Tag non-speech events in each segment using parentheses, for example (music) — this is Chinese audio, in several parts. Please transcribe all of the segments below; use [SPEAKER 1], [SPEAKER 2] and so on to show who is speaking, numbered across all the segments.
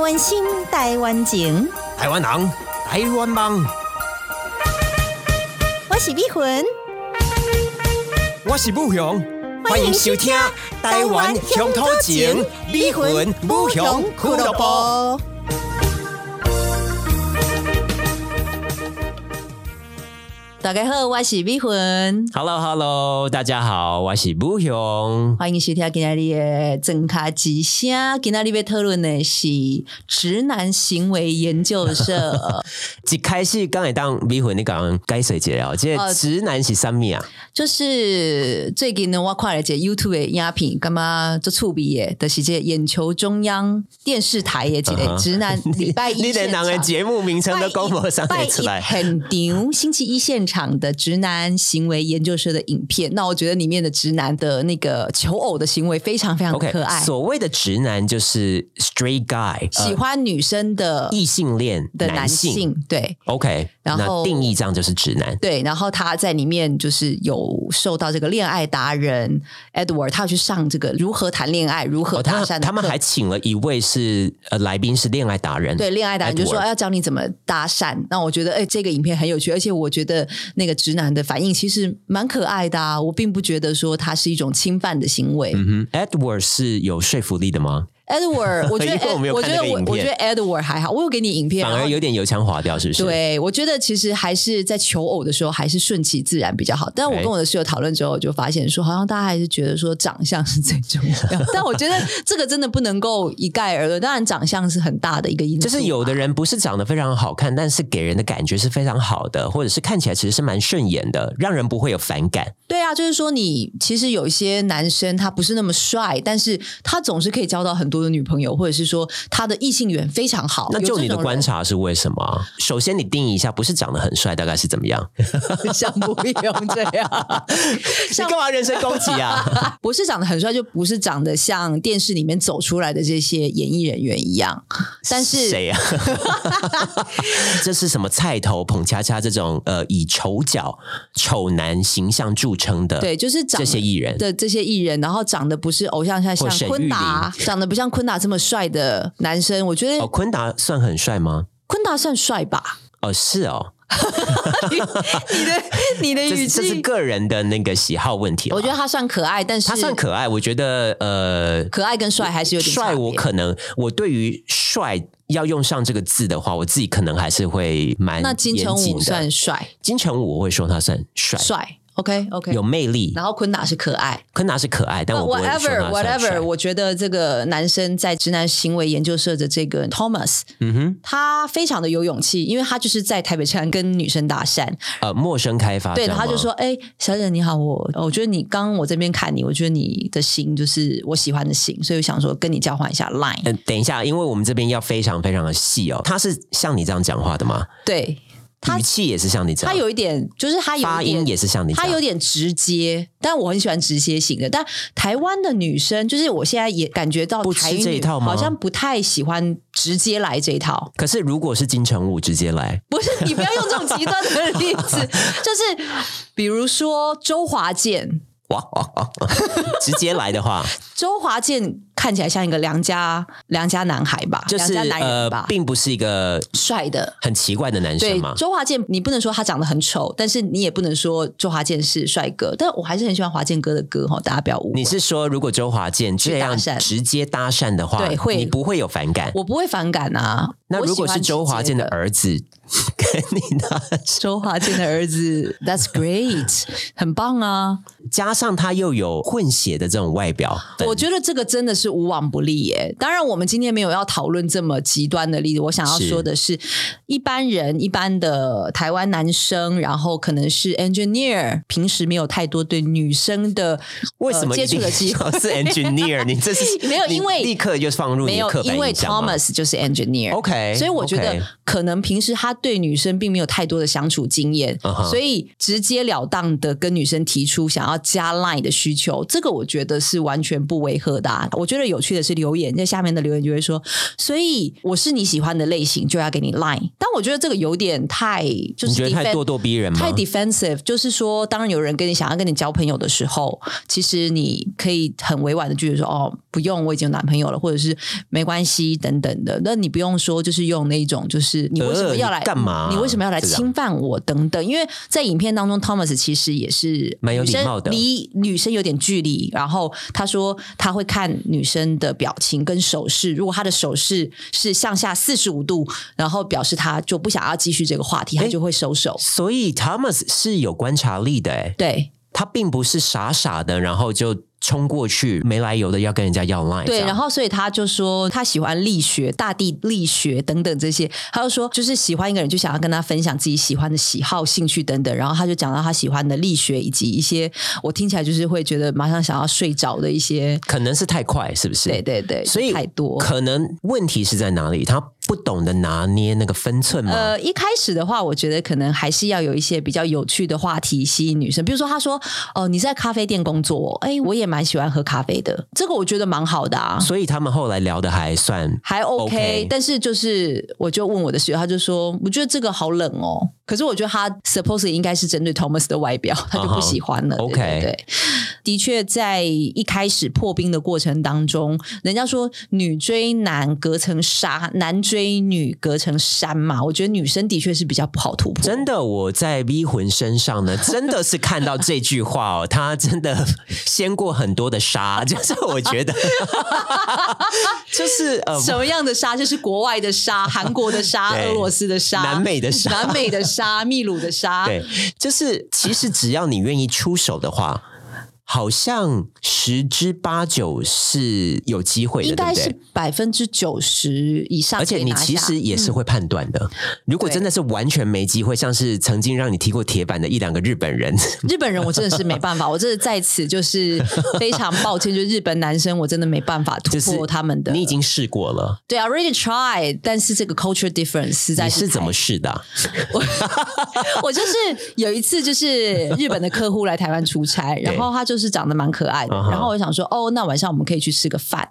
[SPEAKER 1] 湾心，台湾情，
[SPEAKER 2] 台湾人，台湾梦，
[SPEAKER 1] 我是美魂。
[SPEAKER 2] 我是武雄，
[SPEAKER 1] 欢迎收
[SPEAKER 2] 听《
[SPEAKER 1] 台湾乡土情，美魂武雄俱乐部。大家好，我是美魂，
[SPEAKER 2] Hello Hello，大家好，我是武雄。
[SPEAKER 1] 欢迎收听今天的正卡之声。今天你要讨论的是直男行为研究社，
[SPEAKER 2] 一开始刚会当美魂，你讲解释一下哦，这
[SPEAKER 1] 呃
[SPEAKER 2] 个直男是啥物啊？
[SPEAKER 1] 就是最近呢，我看了一个 YouTube 的影片，干嘛做趣味的，就是这个眼球中央电视台的一个
[SPEAKER 2] 嗯哼
[SPEAKER 1] 直男礼拜
[SPEAKER 2] 你
[SPEAKER 1] 一
[SPEAKER 2] 连
[SPEAKER 1] 现
[SPEAKER 2] 人的
[SPEAKER 1] 场。
[SPEAKER 2] 节目名称都公布上
[SPEAKER 1] 拜
[SPEAKER 2] 来
[SPEAKER 1] 一
[SPEAKER 2] 出来，
[SPEAKER 1] 很牛，星期一现场的直男行为研究社的影片，那我觉得里面的直男的那个求偶的行为非常非常
[SPEAKER 2] OK，
[SPEAKER 1] 可爱
[SPEAKER 2] 所谓的直男就是 straight guy，
[SPEAKER 1] 喜欢女生的
[SPEAKER 2] 呃异性恋
[SPEAKER 1] 的男
[SPEAKER 2] 性。
[SPEAKER 1] 性，对
[SPEAKER 2] OK，
[SPEAKER 1] 然后
[SPEAKER 2] 那定义上就是直男。
[SPEAKER 1] 对，然后他在里面就是有受到这个恋爱达人 Edward，他有去上这个如何谈恋爱、如何
[SPEAKER 2] 哦，
[SPEAKER 1] 搭
[SPEAKER 2] 他
[SPEAKER 1] 讪的课、
[SPEAKER 2] 他们还请了一位是呃来宾是恋爱达人，
[SPEAKER 1] 对，恋爱达人就说哎
[SPEAKER 2] Edward
[SPEAKER 1] 要教你怎么搭讪。那我觉得，哎、这个影片很有趣，而且我觉得那个直男的反应其实蛮可爱的啊。我并不觉得说它是一种侵犯的行为。
[SPEAKER 2] 嗯哼，Edward 是有说服力的吗？
[SPEAKER 1] Edward，我觉
[SPEAKER 2] (laughs) 因为
[SPEAKER 1] 得，哎
[SPEAKER 2] 我没有
[SPEAKER 1] 我
[SPEAKER 2] 看
[SPEAKER 1] 觉得
[SPEAKER 2] 那个
[SPEAKER 1] 我
[SPEAKER 2] 影
[SPEAKER 1] 我觉
[SPEAKER 2] 片
[SPEAKER 1] 得 Edward 还好，我有给你影片，
[SPEAKER 2] 反
[SPEAKER 1] 然
[SPEAKER 2] 而
[SPEAKER 1] 后
[SPEAKER 2] 有点油腔滑调，是不是？，
[SPEAKER 1] 对，我觉得其实还是在求偶的时候，还是顺其自然比较好。但我
[SPEAKER 2] 哎
[SPEAKER 1] 跟我的室友讨论之后，我就发现说，好像大家还是觉得说长相是最重要。 (laughs) 但我觉得这个真的不能够一概而论。当然，长相是很大的一个因素啊
[SPEAKER 2] 就
[SPEAKER 1] 嘛，
[SPEAKER 2] 是有的人不是长得非常好看，但是给人的感觉是非常好的，或者是看起来其实是蛮顺眼的，让人不会有反感。
[SPEAKER 1] 对啊，就是说你其实有一些男生他不是那么帅，但是他总是可以交到很多的女朋友，或者是说他的异性缘非常好。
[SPEAKER 2] 那
[SPEAKER 1] 哦有
[SPEAKER 2] 就
[SPEAKER 1] 这
[SPEAKER 2] 你的
[SPEAKER 1] 种
[SPEAKER 2] 观
[SPEAKER 1] 人
[SPEAKER 2] 察是为什么啊？首先，你定义一下，不是长得很帅，大概是怎么样？
[SPEAKER 1] 像不用这样，(laughs)
[SPEAKER 2] 你
[SPEAKER 1] 像
[SPEAKER 2] 干嘛人身攻击啊？
[SPEAKER 1] 不是长得很帅，就不是长得像电视里面走出来的这些演艺人员一样。 (laughs) 但是
[SPEAKER 2] (laughs) 谁啊？这是什么菜头、捧恰恰这种呃以丑角、丑男形象著称
[SPEAKER 1] (laughs)
[SPEAKER 2] 的？
[SPEAKER 1] 对，就是长
[SPEAKER 2] 这些艺人，
[SPEAKER 1] 的这些艺人，然后长得不是偶像像
[SPEAKER 2] 或
[SPEAKER 1] 像
[SPEAKER 2] 沈
[SPEAKER 1] 昆达，长得不像昆达这么帅的男生，我觉
[SPEAKER 2] 哦，
[SPEAKER 1] 得
[SPEAKER 2] 昆达算很帅吗？
[SPEAKER 1] 昆达算帅
[SPEAKER 2] (laughs)
[SPEAKER 1] 吧。
[SPEAKER 2] 哦，是哦，
[SPEAKER 1] 你的你的
[SPEAKER 2] 这
[SPEAKER 1] 语
[SPEAKER 2] 是这是
[SPEAKER 1] 气，
[SPEAKER 2] 个人的那个喜好问题啦。
[SPEAKER 1] 我觉得他算可爱，但是
[SPEAKER 2] 他算可爱，我觉得呃，
[SPEAKER 1] 可爱跟帅还是有点差
[SPEAKER 2] 帅
[SPEAKER 1] 别
[SPEAKER 2] 我可能我对于帅要用上这个字的话，我自己可能还是会蛮
[SPEAKER 1] 那金城
[SPEAKER 2] 严谨
[SPEAKER 1] 武
[SPEAKER 2] 的
[SPEAKER 1] 算帅
[SPEAKER 2] 金城武，我会说他算帅，
[SPEAKER 1] 帅，OK OK，
[SPEAKER 2] 有魅力。
[SPEAKER 1] 然后昆达是可爱。
[SPEAKER 2] 昆达是可爱，但我不会说他
[SPEAKER 1] whatever
[SPEAKER 2] 算帅。
[SPEAKER 1] whatever，我觉得这个男生在直男行为研究社的这个 Thomas，
[SPEAKER 2] 嗯哼，
[SPEAKER 1] 他非常的有勇气，因为他就是在台北车站跟女生搭讪，
[SPEAKER 2] 呃，陌生开发，
[SPEAKER 1] 对，
[SPEAKER 2] 这样
[SPEAKER 1] 然后他就
[SPEAKER 2] 吗
[SPEAKER 1] 说：“哎、小姐你好，我呃我觉得你刚刚我这边看你，我觉得你的型就是我喜欢的型，所以我想说跟你交换一下 Line。
[SPEAKER 2] 嗯，等一下，因为我们这边要非常非常的细哦。他是像你这样讲话的吗？
[SPEAKER 1] 对他
[SPEAKER 2] 语气也是像你这
[SPEAKER 1] 他
[SPEAKER 2] 样，
[SPEAKER 1] 有一点，就是他有一点
[SPEAKER 2] 啊发音也是像你这
[SPEAKER 1] 她
[SPEAKER 2] 样，
[SPEAKER 1] 有点直接，但我很喜欢直接型的。但台湾的女生，就是我现在也感觉到
[SPEAKER 2] 不吃
[SPEAKER 1] 台女
[SPEAKER 2] 这一套吗
[SPEAKER 1] 好像不太喜欢直接来这一套。
[SPEAKER 2] 可是如果是金城武直接来，
[SPEAKER 1] 不是，你不要用这种极端的例子，
[SPEAKER 2] (laughs)
[SPEAKER 1] 就是比如说周华健，
[SPEAKER 2] 哇哇哇，直接来
[SPEAKER 1] (laughs)
[SPEAKER 2] 的话，
[SPEAKER 1] 周华健看起来像一个良家良家男孩吧，
[SPEAKER 2] 就是
[SPEAKER 1] 良家男人
[SPEAKER 2] 呃
[SPEAKER 1] 吧，，
[SPEAKER 2] 并不是一个
[SPEAKER 1] 帅的。
[SPEAKER 2] 很奇怪的男生
[SPEAKER 1] 对
[SPEAKER 2] 嘛，。
[SPEAKER 1] 周华健，你不能说他长得很丑，但是你也不能说周华健是帅哥。但我还是很喜欢华健哥的歌哈，大家不要误会
[SPEAKER 2] 你。是说，如果周华健这样
[SPEAKER 1] 去搭讪
[SPEAKER 2] 直接搭讪的话，
[SPEAKER 1] 对会
[SPEAKER 2] 你不会有反感？
[SPEAKER 1] 我不会反感啊。
[SPEAKER 2] 那
[SPEAKER 1] 我
[SPEAKER 2] 如
[SPEAKER 1] 喜
[SPEAKER 2] 果
[SPEAKER 1] 欢
[SPEAKER 2] 是周华健的
[SPEAKER 1] 直接
[SPEAKER 2] 儿子跟你搭，
[SPEAKER 1] 周华健的儿子，That's great，很棒啊！
[SPEAKER 2] 加上他又有混血的这种外表，
[SPEAKER 1] 我觉得这个真的是无往不利耶。当然，我们今天没有要讨论这么极端的例子，我想要
[SPEAKER 2] 是
[SPEAKER 1] 说的是，一般人、一般的台湾男生，然后可能是 engineer，平时没有太多对女生的
[SPEAKER 2] 为什么
[SPEAKER 1] 呃接
[SPEAKER 2] 一
[SPEAKER 1] 触
[SPEAKER 2] 定
[SPEAKER 1] 的机会。
[SPEAKER 2] 要
[SPEAKER 1] (laughs)
[SPEAKER 2] 是 engineer？你这是
[SPEAKER 1] 没有
[SPEAKER 2] 你
[SPEAKER 1] 因为
[SPEAKER 2] 立刻就放入
[SPEAKER 1] 没
[SPEAKER 2] (laughs) 你的
[SPEAKER 1] 有
[SPEAKER 2] 刻，板
[SPEAKER 1] 因为
[SPEAKER 2] 印象吗
[SPEAKER 1] Thomas 就是 engineer，、
[SPEAKER 2] OK， OK，
[SPEAKER 1] 所以我觉得
[SPEAKER 2] OK
[SPEAKER 1] 可能平时他对女生并没有太多的相处经验
[SPEAKER 2] 嗯哼
[SPEAKER 1] 所以直截了当的跟女生提出想要加 Line 的需求，这个我觉得是完全不违和的、啊。我觉得有趣的是留言，在下面的留言就会说，所以我是你喜欢的类型，就要给你 Line。但我觉得这个有点太就是
[SPEAKER 2] 你觉得太
[SPEAKER 1] defend-
[SPEAKER 2] 咄咄逼人吗
[SPEAKER 1] 太？defensive，就是说，当然有人跟你想要跟你交朋友的时候，其实你可以很委婉的拒绝说：“哦，不用，我已经有男朋友了，或者是没关系等等的。”那你不用说，就是用那种就是你为什么要来、
[SPEAKER 2] 呃你干嘛
[SPEAKER 1] 你为什么要来
[SPEAKER 2] 这样
[SPEAKER 1] 侵犯我等等？因为在影片当中，Thomas 其实也是
[SPEAKER 2] 蛮有礼
[SPEAKER 1] 女生
[SPEAKER 2] 貌的
[SPEAKER 1] 离女生有点距离。然后他说他会看女生的表情跟手势，如果她的手势是向下四十五度，然后表示他就不想要继续这个话题，他
[SPEAKER 2] 诶
[SPEAKER 1] 就会收手。
[SPEAKER 2] 所以 Thomas 是有观察力的、欸，
[SPEAKER 1] 对，
[SPEAKER 2] 他并不是傻傻的，然后就冲过去没来由的要跟人家要 line 这
[SPEAKER 1] 对，
[SPEAKER 2] 样。
[SPEAKER 1] 然后所以他就说他喜欢力学、大地力学等等这些，他就说就是喜欢一个人就想要跟他分享自己喜欢的喜好、兴趣等等，然后他就讲到他喜欢的力学以及一些我听起来就是会觉得马上想要睡着的一些，
[SPEAKER 2] 可能是太快，是不是？
[SPEAKER 1] 对对对，
[SPEAKER 2] 所以
[SPEAKER 1] 太多。
[SPEAKER 2] 可能问题是在哪里？他不懂得拿捏那个分寸吗？
[SPEAKER 1] 呃，一开始的话，我觉得可能还是要有一些比较有趣的话题吸引女生。比如说，他说：“哦、你在咖啡店工作、哦，哎，我也蛮喜欢喝咖啡的。”这个我觉得蛮好的啊。
[SPEAKER 2] 所以他们后来聊的还算
[SPEAKER 1] 还 OK，,
[SPEAKER 2] OK
[SPEAKER 1] 但是就是我就问我的室友，他就说我觉得这个好冷哦。可是我觉得他 supposedly 应该是针对 Thomas 的外表，他就不喜欢了。
[SPEAKER 2] OK
[SPEAKER 1] 对对对，的确在一开始破冰的过程当中，人家说女追男隔层纱，男追女隔层山嘛。我觉得女生的确是比较不好突破。
[SPEAKER 2] 真的，我在 V 魂身
[SPEAKER 1] (laughs)
[SPEAKER 2] 上呢，真的是看到这句话哦，他真的掀过很多的沙， (laughs) 就是我觉得，就是呃，
[SPEAKER 1] 什么样的沙？就是国外的沙、韩国的沙、
[SPEAKER 2] 对
[SPEAKER 1] 俄罗斯的沙、
[SPEAKER 2] 南美的沙
[SPEAKER 1] 南美的沙、秘鲁的沙。
[SPEAKER 2] (laughs) 对，就是其实只要你愿意出手的话，好像十之八九是有机会的，
[SPEAKER 1] 应
[SPEAKER 2] 对
[SPEAKER 1] 该
[SPEAKER 2] 不对
[SPEAKER 1] 是百分之九十以上
[SPEAKER 2] 而
[SPEAKER 1] 可
[SPEAKER 2] 且
[SPEAKER 1] 以
[SPEAKER 2] 你
[SPEAKER 1] 拿下，嗯
[SPEAKER 2] 其实也是会判断的。如果
[SPEAKER 1] 对
[SPEAKER 2] 真的是完全没机会，像是曾经让你踢过铁板的一两个日本人，
[SPEAKER 1] 日本人，我真的是没办
[SPEAKER 2] (laughs)
[SPEAKER 1] 法，我真的在此就是非常抱歉，就是日本男生我真的没办法突
[SPEAKER 2] 就是
[SPEAKER 1] 破他们的。
[SPEAKER 2] 你已经试过了，
[SPEAKER 1] 对啊，really try，但是这个 culture difference 实在
[SPEAKER 2] 你
[SPEAKER 1] 是
[SPEAKER 2] 是怎
[SPEAKER 1] 太
[SPEAKER 2] 么试的啊、
[SPEAKER 1] (laughs) 我就是有一次，就是日本的客户来台湾出差，然后他就是长得蛮可爱的，
[SPEAKER 2] 嗯哼嗯
[SPEAKER 1] 然后我就想说，哦，那晚上我们可以去吃个饭，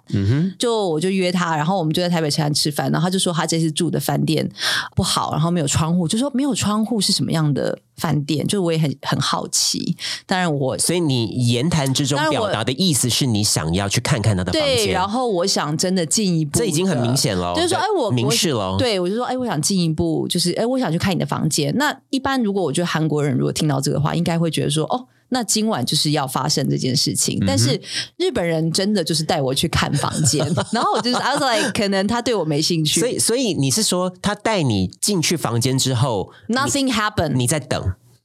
[SPEAKER 1] 就我就约他，然后我们就在台北车站吃饭，然后他就说他这次住的饭店不好，然后没有窗户，就说没有窗户是什么样的饭店，就我也很很好奇，当然我。
[SPEAKER 2] 所以你言谈之中
[SPEAKER 1] 当然我
[SPEAKER 2] 表达的意思是你想要去看看他的房
[SPEAKER 1] 对，
[SPEAKER 2] 间，
[SPEAKER 1] 然后我想真的进一步的，
[SPEAKER 2] 这已经很明显了，
[SPEAKER 1] 就是说，哎，我
[SPEAKER 2] 哦明示了，
[SPEAKER 1] 我，对我就说，哎，我想进一步，就是哎，我想去看你的房间。那一般如果我觉得韩国人如果听到这个话，应该会觉得说，哦，那今晚就是要发生这件事
[SPEAKER 2] 嗯
[SPEAKER 1] 情。但是日本人真的就是带我去看房
[SPEAKER 2] (laughs)
[SPEAKER 1] 间，然后我就是 I was like，可能他对我没兴趣，
[SPEAKER 2] 所以所以你是说他带你进去房间之后，
[SPEAKER 1] nothing happened。
[SPEAKER 2] 你在等，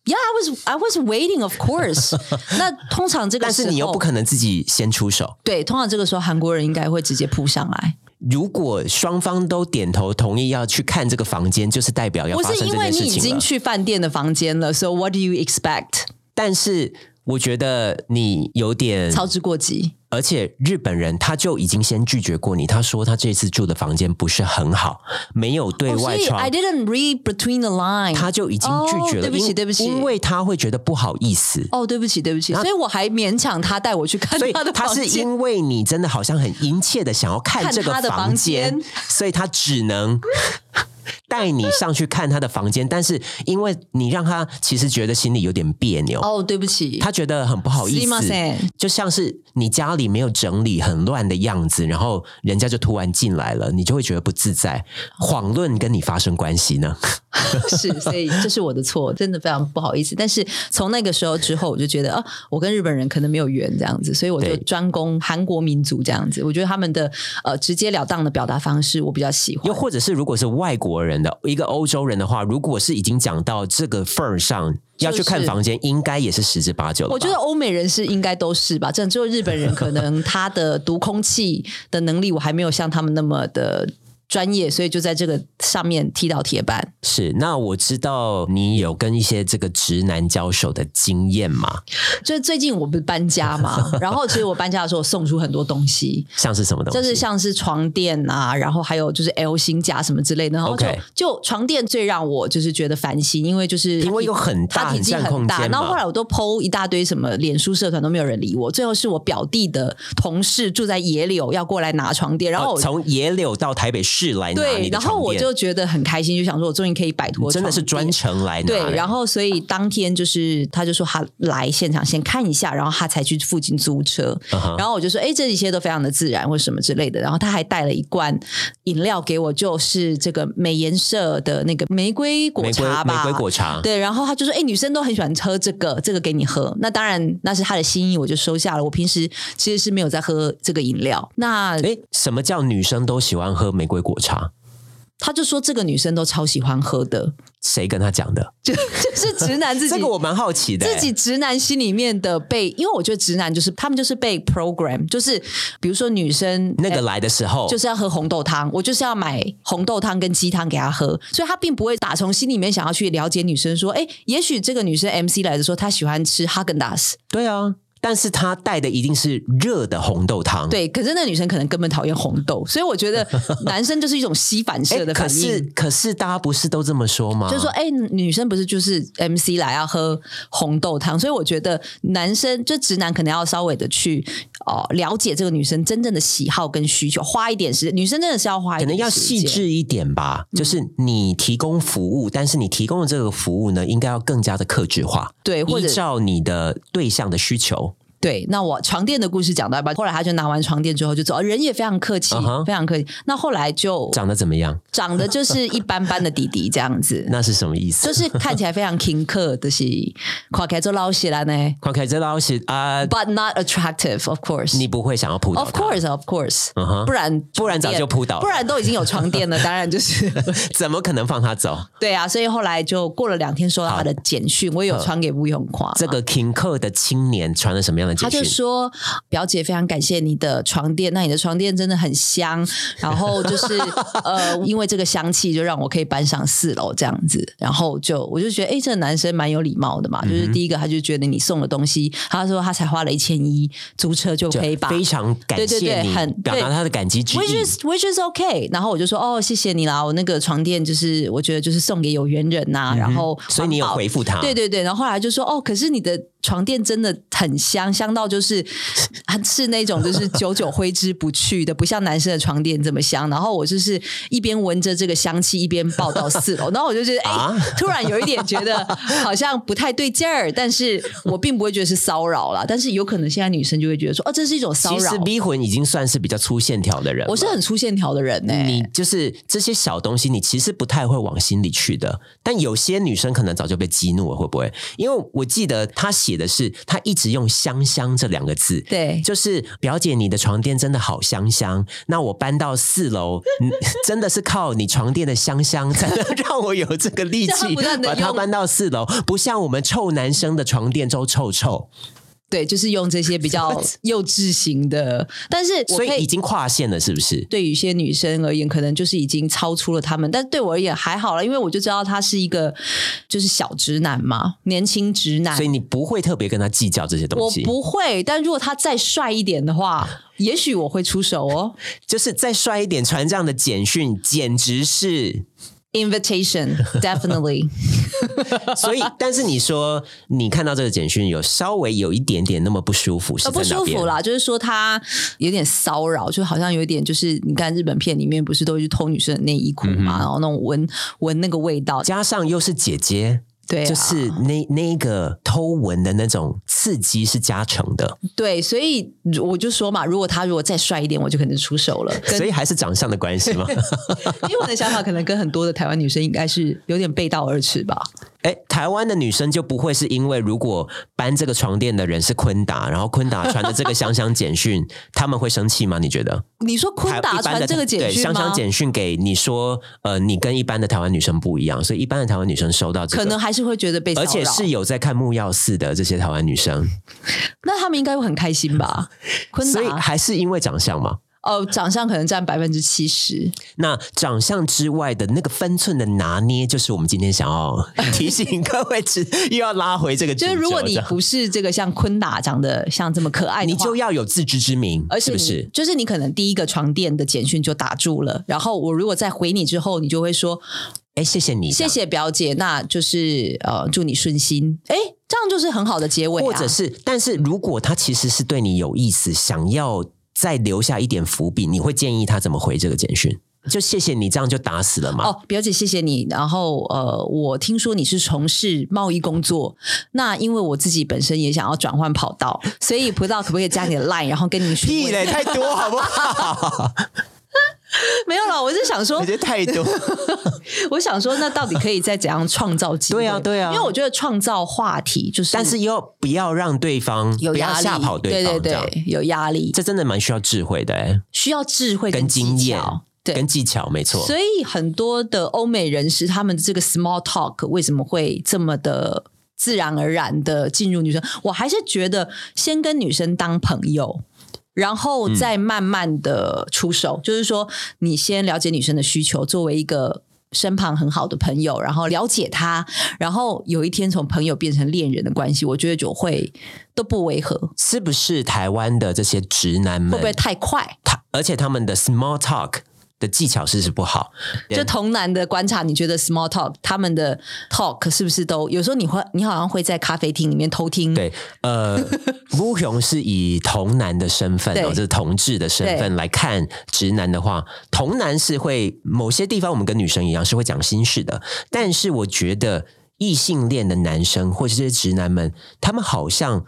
[SPEAKER 1] Yeah, I was I was waiting, of
[SPEAKER 2] (laughs)
[SPEAKER 1] course 。那通常这个
[SPEAKER 2] 但
[SPEAKER 1] 时候，
[SPEAKER 2] 是你又不可能自己先出手。
[SPEAKER 1] 对，通常这个时候韩国人应该会直接扑上来。
[SPEAKER 2] 如果双方都点头同意要去看这个房间，就是代表要
[SPEAKER 1] 不
[SPEAKER 2] 发
[SPEAKER 1] 是
[SPEAKER 2] 生
[SPEAKER 1] 因
[SPEAKER 2] 这
[SPEAKER 1] 为
[SPEAKER 2] 件
[SPEAKER 1] 你
[SPEAKER 2] 事
[SPEAKER 1] 已
[SPEAKER 2] 情
[SPEAKER 1] 经
[SPEAKER 2] 了。
[SPEAKER 1] 去饭店的房间了，so what do you expect？
[SPEAKER 2] 但是我觉得你有点，
[SPEAKER 1] 操之过急。
[SPEAKER 2] 而且日本人他就已经先拒绝过你，他说他这次住的房间不是很好，没有对
[SPEAKER 1] 哦所
[SPEAKER 2] 外
[SPEAKER 1] 以
[SPEAKER 2] 窗。
[SPEAKER 1] I didn't read between the line。
[SPEAKER 2] 他就已经拒绝了，
[SPEAKER 1] 哦对不起
[SPEAKER 2] 因
[SPEAKER 1] 对不起
[SPEAKER 2] 因为他会觉得不好意思，
[SPEAKER 1] 哦，对不起，对不起，所以我还勉强他带我去 (laughs) 看
[SPEAKER 2] 所以
[SPEAKER 1] 他的
[SPEAKER 2] 他
[SPEAKER 1] 房
[SPEAKER 2] 是
[SPEAKER 1] 间。
[SPEAKER 2] 因为你真的好像很殷切的想要看
[SPEAKER 1] 看
[SPEAKER 2] 这个
[SPEAKER 1] 他的
[SPEAKER 2] 房
[SPEAKER 1] 房
[SPEAKER 2] 间，所以他
[SPEAKER 1] (laughs)
[SPEAKER 2] 只能带你上去看他的房间，但是因为你让他其实觉得心里有点别扭，
[SPEAKER 1] 哦，对不起，
[SPEAKER 2] 他觉得很不好意
[SPEAKER 1] すいま
[SPEAKER 2] 思 (laughs)
[SPEAKER 1] せん，
[SPEAKER 2] 就像是你家里没有整理、很乱的样子，然后人家就突然进来了，你就会觉得不自在，
[SPEAKER 1] 哦
[SPEAKER 2] 遑论跟你发生关系呢。
[SPEAKER 1] 是，所以这是我的错，真的非常不好意思。但是从那个时候之后，我就觉得，哦、我跟日本人可能没有缘这样子，所以我就
[SPEAKER 2] 对
[SPEAKER 1] 专攻韩国民族这样子。我觉得他们的呃直截了当的表达方式，我比较喜欢
[SPEAKER 2] 又。或者是如果是外国人的一个欧洲人的话，如果是已经讲到这个份儿上，要去看房间，应该也是十之八九了吧。
[SPEAKER 1] 我觉得欧美人是应该都是吧，真的只有日本人可能他的读空气的能力，我还没有像他们那么的专业，所以就在这个上面踢到铁板。
[SPEAKER 2] 是，那我知道你有跟一些这个直男交手的经验嘛？
[SPEAKER 1] 就是最近我不是搬家嘛，然后其实我搬家的时候送出很多东西，
[SPEAKER 2] 像是什么东西？
[SPEAKER 1] 就是像是床垫啊，然后还有就是 L 型夹什么之类的。然后就
[SPEAKER 2] OK
[SPEAKER 1] 就床垫最让我就是觉得烦心，因为就是
[SPEAKER 2] 因为有很大
[SPEAKER 1] 它体积
[SPEAKER 2] 很占空
[SPEAKER 1] 很大。
[SPEAKER 2] 间嘛
[SPEAKER 1] 然后后来我都 PO 一大堆什么脸书社团都没有人理我，最后是我表弟的同事住在野柳要过来拿床垫，然后
[SPEAKER 2] 哦
[SPEAKER 1] 我。
[SPEAKER 2] 从野柳到台北市来拿
[SPEAKER 1] 对
[SPEAKER 2] 你，的
[SPEAKER 1] 然后
[SPEAKER 2] 床
[SPEAKER 1] 我
[SPEAKER 2] 垫
[SPEAKER 1] 就觉得很开心，就想说我终于可以摆脱
[SPEAKER 2] 你真的是
[SPEAKER 1] 床
[SPEAKER 2] 专
[SPEAKER 1] 垫
[SPEAKER 2] 程来拿
[SPEAKER 1] 对
[SPEAKER 2] 的，，
[SPEAKER 1] 然后所以当天就是他就说他来现场先看一下，然后他才去附近租车。
[SPEAKER 2] 嗯哼
[SPEAKER 1] 然后我就说，哎，这一切都非常的自然或什么之类的。然后他还带了一罐饮料给我，就是这个美颜社的那个玫瑰果
[SPEAKER 2] 玫瑰
[SPEAKER 1] 茶吧。
[SPEAKER 2] 玫瑰果茶，
[SPEAKER 1] 对，然后他就说：“哎、女生都很喜欢喝这个，这个给你喝。”那当然，那是他的心意，我就收下了。我平时其实是没有在喝这个饮料。那
[SPEAKER 2] 哎，什么叫女生都喜欢喝玫瑰果茶？
[SPEAKER 1] 他就说这个女生都超喜欢喝的，
[SPEAKER 2] 谁跟他讲的？
[SPEAKER 1] 就 (laughs) 就是直男自己。
[SPEAKER 2] 这个我蛮好奇的、
[SPEAKER 1] 自己直男心里面的被，因为我觉得直男就是他们就是被 program，就是比如说女生
[SPEAKER 2] 那
[SPEAKER 1] 呃
[SPEAKER 2] 个来的时候，
[SPEAKER 1] 就是要喝红豆汤，我就是要买红豆汤跟鸡汤给她喝，所以她并不会打从心里面想要去了解女生说，哎，也许这个女生 MC 来的时候，她喜欢吃哈根达斯，
[SPEAKER 2] 对啊，但是他带的一定是热的红豆汤。
[SPEAKER 1] 对，可是那女生可能根本讨厌红豆，所以我觉得男生就是一种吸反
[SPEAKER 2] 诶，
[SPEAKER 1] 射的
[SPEAKER 2] 哎可
[SPEAKER 1] 反
[SPEAKER 2] (laughs) 是
[SPEAKER 1] 应。
[SPEAKER 2] 可是大家不是都这么说吗？
[SPEAKER 1] 就是说，哎、女生不是就是 MC 来要喝红豆汤，所以我觉得男生就直男可能要稍微的去哦了解这个女生真正的喜好跟需求，花一点时间。女生真的是要花一
[SPEAKER 2] 可
[SPEAKER 1] 点，
[SPEAKER 2] 能要细。致一点吧，
[SPEAKER 1] 嗯
[SPEAKER 2] 就是你提供服务，但是你提供的这个服务呢，应该要更加的克制化，
[SPEAKER 1] 对或者哦
[SPEAKER 2] 依照你的对象的需求。
[SPEAKER 1] 对，那我床垫的故事讲到一半，后来他就拿完床垫之后就走，哦人也非常客气
[SPEAKER 2] 嗯哼
[SPEAKER 1] 非常客气。那后来就
[SPEAKER 2] 长得怎么样？
[SPEAKER 1] 长得就是一般般的弟弟这样
[SPEAKER 2] (laughs)
[SPEAKER 1] 子，
[SPEAKER 2] 那是什么意思？
[SPEAKER 1] 就是看起来非常苛刻，就是看起来做老血了呢。
[SPEAKER 2] 况凯这道是啊，
[SPEAKER 1] But not attractive, of course.
[SPEAKER 2] 你不会想要扑倒
[SPEAKER 1] of
[SPEAKER 2] 他
[SPEAKER 1] course, of course.
[SPEAKER 2] 嗯哼
[SPEAKER 1] 不然
[SPEAKER 2] 不然早就扑倒了
[SPEAKER 1] 不然都已经有床垫了，当然
[SPEAKER 2] (laughs)
[SPEAKER 1] 就是
[SPEAKER 2] 怎么可能放他走？
[SPEAKER 1] 对啊。所以后来就过了两天，收到他的简讯，我也有传给吴永华嘛。
[SPEAKER 2] 这个停课的青年传了什么样的
[SPEAKER 1] 他
[SPEAKER 2] 简
[SPEAKER 1] 就
[SPEAKER 2] 讯？
[SPEAKER 1] 说：“表姐，非常感谢你的床垫，那你的床垫真的很香。然后就是
[SPEAKER 2] (laughs)
[SPEAKER 1] 呃，因为这个香气，就让我可以搬上四楼这样子。然后就我就觉得，哎、这个男生蛮有礼貌的嘛。
[SPEAKER 2] 嗯
[SPEAKER 1] 就是第一个，他就觉得你送的东西，他说他才花了一千一，租车就
[SPEAKER 2] 就
[SPEAKER 1] 可以把
[SPEAKER 2] 非常感
[SPEAKER 1] 对
[SPEAKER 2] 谢
[SPEAKER 1] 对对
[SPEAKER 2] 你
[SPEAKER 1] 很，
[SPEAKER 2] 表达
[SPEAKER 1] 对
[SPEAKER 2] 他的感激之
[SPEAKER 1] Which
[SPEAKER 2] 意。
[SPEAKER 1] is which is okay，然后我就说哦，谢谢你啦，我那个床垫就是我觉得就是送给有缘人呐、然后环保
[SPEAKER 2] 嗯所以你有回复他
[SPEAKER 1] 对对对，然后后来就说哦，可是你的床垫真的很香，香到就是啊是那种就是久久挥之不去的，不像男生的床垫这么香。然后我就是一边闻着这个香气，一边抱到四楼，然后我就觉得哎、
[SPEAKER 2] 啊
[SPEAKER 1] 突然有一点觉得好像不太对劲儿，但是我并不会觉得是骚扰啦，但是有可能现在女生就会觉得说哦，这是一种骚
[SPEAKER 2] 其实
[SPEAKER 1] 扰。
[SPEAKER 2] 逼魂已经算是比较粗线条的人了，
[SPEAKER 1] 我是很粗线条的人呢、
[SPEAKER 2] 你就是这些小东西，你其实不太会往心里去的。但有些女生可能早就被激怒了，会不会？因为我记得她写的是，她一直用“香香”这两个字。
[SPEAKER 1] 对
[SPEAKER 2] 就是表姐，你的床垫真的好香香。那我搬到四楼，
[SPEAKER 1] (laughs)
[SPEAKER 2] 嗯真的是靠你床垫的香香才能让我有这个力
[SPEAKER 1] (laughs) 这样
[SPEAKER 2] 气
[SPEAKER 1] 不断地
[SPEAKER 2] 把它
[SPEAKER 1] 用
[SPEAKER 2] 搬到四楼。不像我们臭男生的床垫都臭臭，
[SPEAKER 1] 对，就是用这些比
[SPEAKER 2] (laughs)
[SPEAKER 1] 较幼稚型的，但是我
[SPEAKER 2] 所
[SPEAKER 1] 可
[SPEAKER 2] 以已
[SPEAKER 1] 以。
[SPEAKER 2] 经跨线了，是不是？
[SPEAKER 1] 对于一些女生而言，可能就是已经超出了他们，但对我而言还好了，因为我就知道他是一个就是小直男嘛，年轻直男
[SPEAKER 2] 所以，你不会特别跟他计较这些东
[SPEAKER 1] 我
[SPEAKER 2] 西。
[SPEAKER 1] 不会。但如果他再帅一点的话，也许我会出手哦。
[SPEAKER 2] 就是再帅一点传这样的简讯，简
[SPEAKER 1] (laughs)
[SPEAKER 2] 直是。 (laughs)
[SPEAKER 1] Invitation definitely
[SPEAKER 2] 所以，但是你说你看到这个简讯，有稍微有一点点那么不舒服，是
[SPEAKER 1] 呃
[SPEAKER 2] 在
[SPEAKER 1] 不
[SPEAKER 2] 哪
[SPEAKER 1] 舒
[SPEAKER 2] 边
[SPEAKER 1] 服啦，就是说他有点骚扰，就好像有点就是你看日本片里面不是都会去偷女生的内衣裤
[SPEAKER 2] 嗯
[SPEAKER 1] 嘛，然后那种闻闻那个味道，
[SPEAKER 2] 加上又是姐姐，
[SPEAKER 1] 对、啊，
[SPEAKER 2] 就是那那一个偷闻的那种刺激是加成的，
[SPEAKER 1] 对，所以我就说嘛，如果他如果再帅一点，我就可能出手了。跟
[SPEAKER 2] 所以还是长相的关
[SPEAKER 1] (laughs)
[SPEAKER 2] 系吗？
[SPEAKER 1] 因为我的想法可能跟很多的台湾女生应该是有点背道而驰吧。
[SPEAKER 2] 哎，台湾的女生就不会是因为如果搬这个床垫的人是昆达，然后昆达传的这个香香简讯，他们会生气吗？你觉得？
[SPEAKER 1] 你说昆
[SPEAKER 2] 台
[SPEAKER 1] 达
[SPEAKER 2] 一般
[SPEAKER 1] 传
[SPEAKER 2] 的
[SPEAKER 1] 这个简
[SPEAKER 2] 对
[SPEAKER 1] 讯
[SPEAKER 2] 香
[SPEAKER 1] 吗
[SPEAKER 2] 香？简讯给你说，呃，你跟一般的台湾女生不一样，所以一般的台湾女生收到这个，
[SPEAKER 1] 可能还是会觉得被骚
[SPEAKER 2] 而
[SPEAKER 1] 扰，
[SPEAKER 2] 且是有在看木曜四的这些台湾女生， (laughs)
[SPEAKER 1] 那他们应该会很开心吧？昆
[SPEAKER 2] 所以
[SPEAKER 1] 达
[SPEAKER 2] 还是因为长相嘛。
[SPEAKER 1] 哦，长相可能占百分之七十，
[SPEAKER 2] 那长相之外的那个分寸的拿捏，就是我们今天想要 (laughs) 提醒各位知，又要拉回这个主
[SPEAKER 1] 就
[SPEAKER 2] 轴
[SPEAKER 1] 是
[SPEAKER 2] 这样。
[SPEAKER 1] 如果你不是这个像昆达长得像这么可爱的
[SPEAKER 2] 你
[SPEAKER 1] 话，
[SPEAKER 2] 就要有自知之明，
[SPEAKER 1] 而
[SPEAKER 2] 是
[SPEAKER 1] 且
[SPEAKER 2] 不
[SPEAKER 1] 你
[SPEAKER 2] 是？
[SPEAKER 1] 就是你可能第一个床垫的简讯就打住了，然后我如果再回你之后，你就会说
[SPEAKER 2] 哎，谢谢你，
[SPEAKER 1] 谢谢表姐，那就是呃祝你顺心，哎，这样就是很好的结尾、啊，
[SPEAKER 2] 或者是，但是如果他其实是对你有意思，想要再留下一点伏笔，你会建议他怎么回这个简讯？就谢谢你，这样就打死了嘛？
[SPEAKER 1] 哦，表姐，谢谢你。然后呃，我听说你是从事贸易工作，那因为我自己本身也想要转换跑道，所以不知道可不可以加你
[SPEAKER 2] (laughs)
[SPEAKER 1] 的 line，然后跟你说。
[SPEAKER 2] 屁嘞，太多好不
[SPEAKER 1] (laughs)
[SPEAKER 2] 好？
[SPEAKER 1] 没有啦，我是想
[SPEAKER 2] 我
[SPEAKER 1] 说，
[SPEAKER 2] 觉得太多。
[SPEAKER 1] 我想说，那到底可以再怎样创造机会？
[SPEAKER 2] 对啊对啊
[SPEAKER 1] 因为我觉得创造话题就是，
[SPEAKER 2] 但是又不要让对
[SPEAKER 1] (laughs)
[SPEAKER 2] 方
[SPEAKER 1] 有
[SPEAKER 2] 不要
[SPEAKER 1] 压力，
[SPEAKER 2] 吓跑
[SPEAKER 1] 对
[SPEAKER 2] 方，
[SPEAKER 1] 对
[SPEAKER 2] 这样
[SPEAKER 1] 对，有压力，
[SPEAKER 2] 这真的蛮需要智慧的、欸，
[SPEAKER 1] 需要智慧
[SPEAKER 2] 跟经
[SPEAKER 1] 技
[SPEAKER 2] 验
[SPEAKER 1] 巧，对，
[SPEAKER 2] 跟技巧，没错。
[SPEAKER 1] 所以很多的欧美人士，他们这个 small talk 为什么会这么的自然而然的进入女生？我还是觉得先跟女生当朋友。然后再慢慢的出手，就是说，你先了解女生的需求，作为一个身旁很好的朋友，然后了解她，然后有一天从朋友变成恋人的关系，我觉得就会都不违和，
[SPEAKER 2] 是不是台湾的这些直男们，
[SPEAKER 1] 会不会太快？
[SPEAKER 2] 他而且他们的 small talk 的技巧是不是不好？
[SPEAKER 1] 就同男的观察，你觉得 small talk 他们的 talk 是不是都有时候你会你好像会在咖啡厅里面偷听？，
[SPEAKER 2] 对，呃， (laughs) 吴雄是以同男的身份哦，
[SPEAKER 1] 对
[SPEAKER 2] 就是同志的身份来看直男的话，同男是会某些地方我们跟女生一样是会讲心事的，但是我觉得异性恋的男生或是这些直男们，他们好像。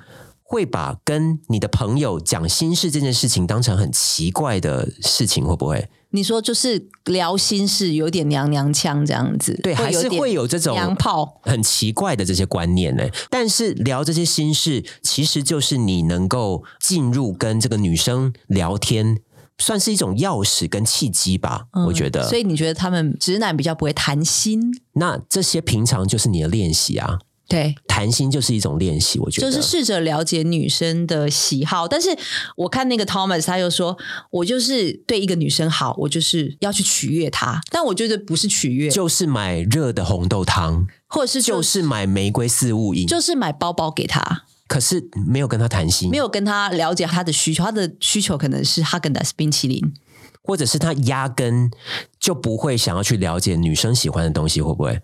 [SPEAKER 2] 会把跟你的朋友讲心事这件事情当成很奇怪的事情，会不会？
[SPEAKER 1] 你说就是聊心事，有点娘娘腔这样子，
[SPEAKER 2] 对，还
[SPEAKER 1] 有
[SPEAKER 2] 是
[SPEAKER 1] 点
[SPEAKER 2] 会有这种
[SPEAKER 1] 娘炮。
[SPEAKER 2] 很奇怪的这些观念呢、但是聊这些心事，其实就是你能够进入跟这个女生聊天，算是一种钥匙跟契机吧。
[SPEAKER 1] 嗯
[SPEAKER 2] 我觉得，
[SPEAKER 1] 所以你觉得他们直男比较不会谈心？
[SPEAKER 2] 那这些平常就是你的练习啊，
[SPEAKER 1] 对，
[SPEAKER 2] 谈心就是一种练习。我觉
[SPEAKER 1] 就是
[SPEAKER 2] 得，
[SPEAKER 1] 试着了解女生的喜好。但是我看那个 Thomas，他又说，我就是对一个女生好，我就是要去取悦她。但我觉得不是取悦，
[SPEAKER 2] 就是买热的红豆汤，
[SPEAKER 1] 或者是就
[SPEAKER 2] 就是是买玫瑰四物饮，
[SPEAKER 1] 就是买包包给她。
[SPEAKER 2] 可是没有跟他谈心，
[SPEAKER 1] 没有跟他了解他的需求，他的需求可能是哈根达斯冰淇淋。
[SPEAKER 2] 或者是他压根就不会想要去了解女生喜欢的东西，会不会？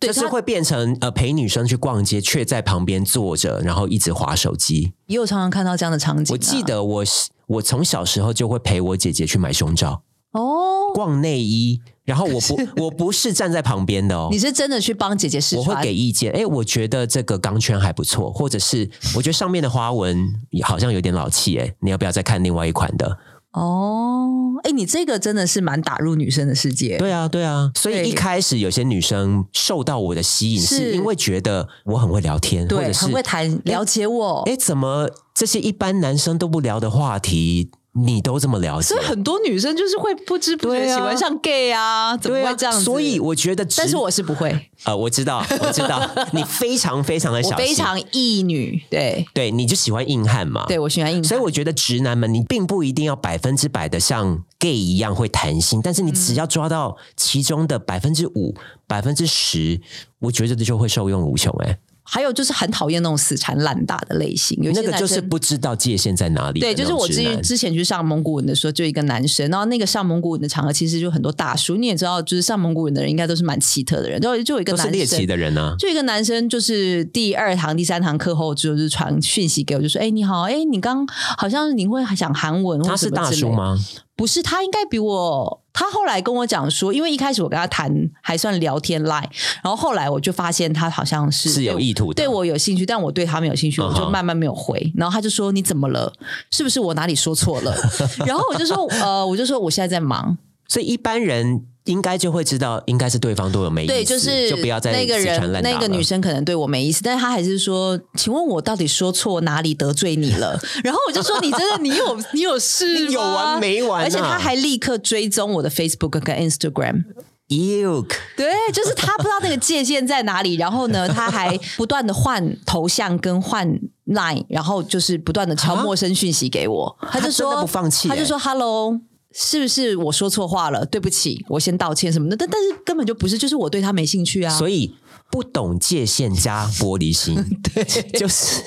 [SPEAKER 1] 对
[SPEAKER 2] 就是
[SPEAKER 1] 他
[SPEAKER 2] 会变成呃陪女生去逛街，却在旁边坐着，然后一直划手机。
[SPEAKER 1] 也有常常看到这样的场景啊、
[SPEAKER 2] 我记得我是我从小时候就会陪我姐姐去买胸罩、
[SPEAKER 1] 哦，
[SPEAKER 2] 逛内衣，然后我
[SPEAKER 1] (laughs)
[SPEAKER 2] 不我不是站在旁边的哦
[SPEAKER 1] 你。是真的去帮姐姐试
[SPEAKER 2] 我
[SPEAKER 1] 穿？
[SPEAKER 2] 会给意见，哎，我觉得这个钢圈还不错，或者是我觉得上面的花纹也好像有点老气，哎，你要不要再看另外一款的？
[SPEAKER 1] 哦，哎，你这个真的是蛮打入女生的世界。
[SPEAKER 2] 对啊，对啊，所以
[SPEAKER 1] 对
[SPEAKER 2] 一开始有些女生受到我的吸引，
[SPEAKER 1] 是
[SPEAKER 2] 是因为觉得我很会聊天，或
[SPEAKER 1] 对，
[SPEAKER 2] 者是
[SPEAKER 1] 很会谈，了解我。
[SPEAKER 2] 哎，怎么这些一般男生都不聊的话题，你都这么了解
[SPEAKER 1] 所以？很多女生就是会不知不觉
[SPEAKER 2] 对啊
[SPEAKER 1] 喜欢上 gay 啊，怎么
[SPEAKER 2] 对啊
[SPEAKER 1] 会这样子？
[SPEAKER 2] 所以，我觉得直，
[SPEAKER 1] 但是我是不会，
[SPEAKER 2] 呃，我知道，我知
[SPEAKER 1] (laughs)
[SPEAKER 2] 道，你非常非常的
[SPEAKER 1] 我
[SPEAKER 2] 小心，
[SPEAKER 1] 非常异女。对，
[SPEAKER 2] 对，你就喜欢硬汉嘛。
[SPEAKER 1] 对我喜欢硬汉。
[SPEAKER 2] 所以我觉得直男们，你并不一定要百分之百的像 gay 一样会谈心，但是你只
[SPEAKER 1] 嗯
[SPEAKER 2] 要抓到其中的百分之五、百分之十，我觉得就会受用无穷、欸。哎，
[SPEAKER 1] 还有就是很讨厌那种死缠烂打的类型，有些
[SPEAKER 2] 那个就
[SPEAKER 1] 男
[SPEAKER 2] 是
[SPEAKER 1] 生
[SPEAKER 2] 不知道界限在哪里的
[SPEAKER 1] 对，
[SPEAKER 2] 那种直
[SPEAKER 1] 就
[SPEAKER 2] 男。
[SPEAKER 1] 是我之之前去上蒙古文的时候，就一个男生，然后那个上蒙古文的场合，其实就很多大叔，你也知道，就是上蒙古文的人应该都是蛮奇特的人，就就有一个
[SPEAKER 2] 都是
[SPEAKER 1] 男
[SPEAKER 2] 猎奇
[SPEAKER 1] 生。
[SPEAKER 2] 的人啊呢、
[SPEAKER 1] 就有一个男生，就是第二堂、第三堂课后，就是传讯息给我，就说：“哎、你好，哎、你刚好像你会讲韩文，
[SPEAKER 2] 他是大叔？吗？
[SPEAKER 1] 不是，他应该比我。他后来跟我讲说，因为一开始我跟他谈还算聊天 line，然后后来我就发现他好像是
[SPEAKER 2] 是有意图的。
[SPEAKER 1] 对我有兴趣，但我对他没有兴趣，
[SPEAKER 2] 嗯
[SPEAKER 1] 我
[SPEAKER 2] 哼
[SPEAKER 1] 就慢慢没有回。然后他就说：“你怎么了？是不是我哪里说错了？” (laughs) 然后我就说：“呃，我就说我现在在忙。
[SPEAKER 2] 所以一般人应该就会知道，应该是对方对 (laughs) 我没意思，
[SPEAKER 1] 对，是
[SPEAKER 2] 就不要再
[SPEAKER 1] 那个
[SPEAKER 2] 死缠
[SPEAKER 1] 人
[SPEAKER 2] 烂打
[SPEAKER 1] 那个
[SPEAKER 2] 了
[SPEAKER 1] 女生可能对我没意思，但是她还是说：‘请问我到底说错哪里得罪你了？’ (laughs) 然后我就说：‘你真
[SPEAKER 2] (laughs)
[SPEAKER 1] 的你有你有事吗
[SPEAKER 2] 你有完没完啊
[SPEAKER 1] 而且她还立刻追踪我的 Facebook 跟 Instagram。
[SPEAKER 2] ，Ew，
[SPEAKER 1] (laughs) 对，就是他不知道那个界限在哪里，然后呢，他还不断的换头像跟换 Line，然后就是不断的敲
[SPEAKER 2] 啊
[SPEAKER 1] 陌生讯息给
[SPEAKER 2] (laughs)
[SPEAKER 1] 我，他就
[SPEAKER 2] 真的
[SPEAKER 1] 说
[SPEAKER 2] 不放弃
[SPEAKER 1] 他就
[SPEAKER 2] 欸
[SPEAKER 1] 说 Hello。是不是我说错话了？对不起，我先道歉什么的。但但是根本就不是，就是我对他没兴趣啊。
[SPEAKER 2] 所以不懂界限加玻璃心，
[SPEAKER 1] (laughs)
[SPEAKER 2] 对，就是，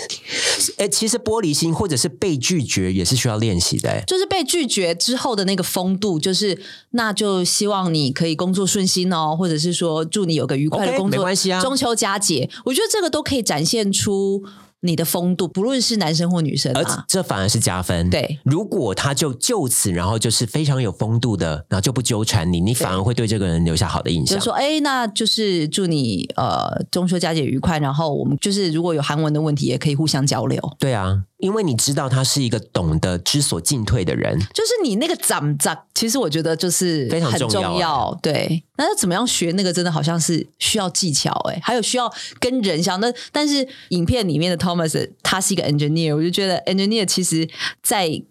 [SPEAKER 2] 哎、其实玻璃心或者是被拒绝也是需要练习的、哎
[SPEAKER 1] 就是被拒绝之后的那个风度，就是那就希望你可以工作顺心哦，或者是说祝你有个愉快的
[SPEAKER 2] OK，
[SPEAKER 1] 工作
[SPEAKER 2] 没关系啊
[SPEAKER 1] 中秋佳节，我觉得这个都可以展现出你的风度，不论是男生或女生
[SPEAKER 2] 而
[SPEAKER 1] 啊。
[SPEAKER 2] 这反而是加分。
[SPEAKER 1] 对，
[SPEAKER 2] 如果他就就此，然后就是非常有风度的，然后就不纠缠你，你反而会对这个人留下好的印
[SPEAKER 1] 就
[SPEAKER 2] 象
[SPEAKER 1] 是。说，哎，那就是祝你呃中秋佳节愉快，然后我们就是如果有韩文的问题，也可以互相交流。
[SPEAKER 2] 对啊，因为你知道他是一个懂得知所进退的人。
[SPEAKER 1] 就是你那个长长，其实我觉得就是
[SPEAKER 2] 非常
[SPEAKER 1] 很
[SPEAKER 2] 重
[SPEAKER 1] 重
[SPEAKER 2] 要
[SPEAKER 1] 对，那要怎么样学那个，真的好像是需要技巧哎、还有需要跟人相。那但是影片里面的 Thomas 他是一个 engineer，我就觉得 engineer 其实在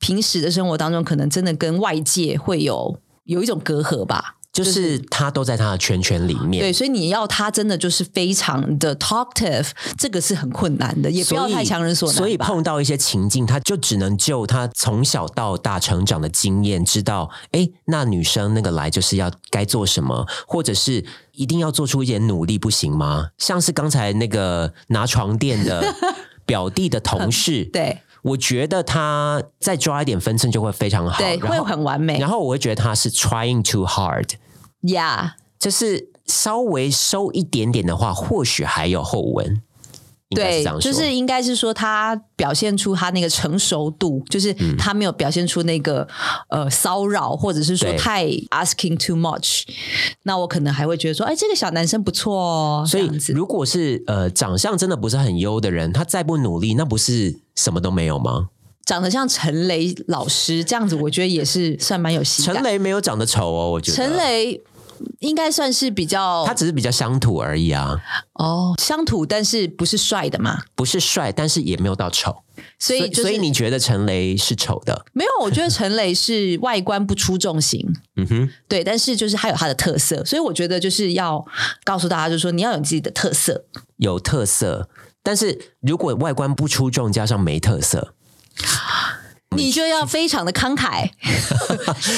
[SPEAKER 1] 平时的生活当中，可能真的跟外界会有有一种隔阂吧。
[SPEAKER 2] 就是他都在他的圈圈里面，
[SPEAKER 1] 对，所以你要他真的就是非常的 talkative，这个是很困难的，也不
[SPEAKER 2] 所以
[SPEAKER 1] 要太强人所难吧。
[SPEAKER 2] 所以碰到一些情境，他就只能就他从小到大成长的经验，知道，哎，那女生那个来就是要该做什么，或者是一定要做出一点努力，不行吗？像是刚才那个拿床
[SPEAKER 1] (laughs)
[SPEAKER 2] 垫的表弟的同事，
[SPEAKER 1] 对
[SPEAKER 2] 我觉得他再抓一点分寸就会非常好，
[SPEAKER 1] 对，会
[SPEAKER 2] 然后
[SPEAKER 1] 很完美
[SPEAKER 2] 然后我会觉得他是 trying too hard，
[SPEAKER 1] 呀。Yeah
[SPEAKER 2] 就是稍微收一点点的话，或许还有后文。应该是
[SPEAKER 1] 对
[SPEAKER 2] 这样，说
[SPEAKER 1] 就是应该是说他表现出他那个成熟度，就是他没有表现出那个、呃骚扰，或者是说
[SPEAKER 2] 对
[SPEAKER 1] 太 asking too much。那我可能还会觉得说，哎，这个小男生不错哦，
[SPEAKER 2] 所以
[SPEAKER 1] 这样，子
[SPEAKER 2] 如果是呃长相真的不是很优的人，他再不努力，那不是什么都没有吗？
[SPEAKER 1] 长得像陈雷老师这样子，我觉得也是算蛮有喜
[SPEAKER 2] 陈
[SPEAKER 1] 感。
[SPEAKER 2] 雷没有长得丑哦，我觉得
[SPEAKER 1] 陈雷哦应该算是比较
[SPEAKER 2] 他只是比较乡土而已啊，
[SPEAKER 1] 哦乡土，但是不是帅的嘛，
[SPEAKER 2] 不是帅，但是也没有到丑。
[SPEAKER 1] 所以就是
[SPEAKER 2] 所以你觉得陈雷是丑的？
[SPEAKER 1] 没有，我觉得陈雷是外观不出众型，
[SPEAKER 2] (laughs) 嗯哼，
[SPEAKER 1] 对，但是就是它有它的特色，所以我觉得就是要告诉大家，就是说你要有自己的特色，
[SPEAKER 2] 有特色，但是如果外观不出众，加上没特色，
[SPEAKER 1] 你就要非常的慷
[SPEAKER 2] (laughs)
[SPEAKER 1] 慨，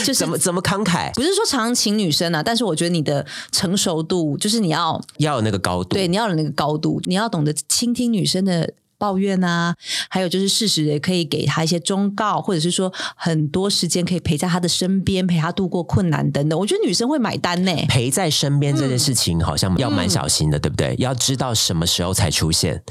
[SPEAKER 1] 就是
[SPEAKER 2] 嗯怎么怎么慷慨？
[SPEAKER 1] 不是说常情女生啊，但是我觉得你的成熟度，就是你要
[SPEAKER 2] 要有那个高度。
[SPEAKER 1] 对你要有那个高度，你要懂得倾听女生的。抱怨啊，还有就是适时也可以给她一些忠告，或者是说很多时间可以陪在她的身边，陪她度过困难等等。我觉得女生会买单呢、
[SPEAKER 2] 陪在身边这件事情，好像
[SPEAKER 1] 嗯
[SPEAKER 2] 要蛮小心的，对不对？要知道什么时候才出现，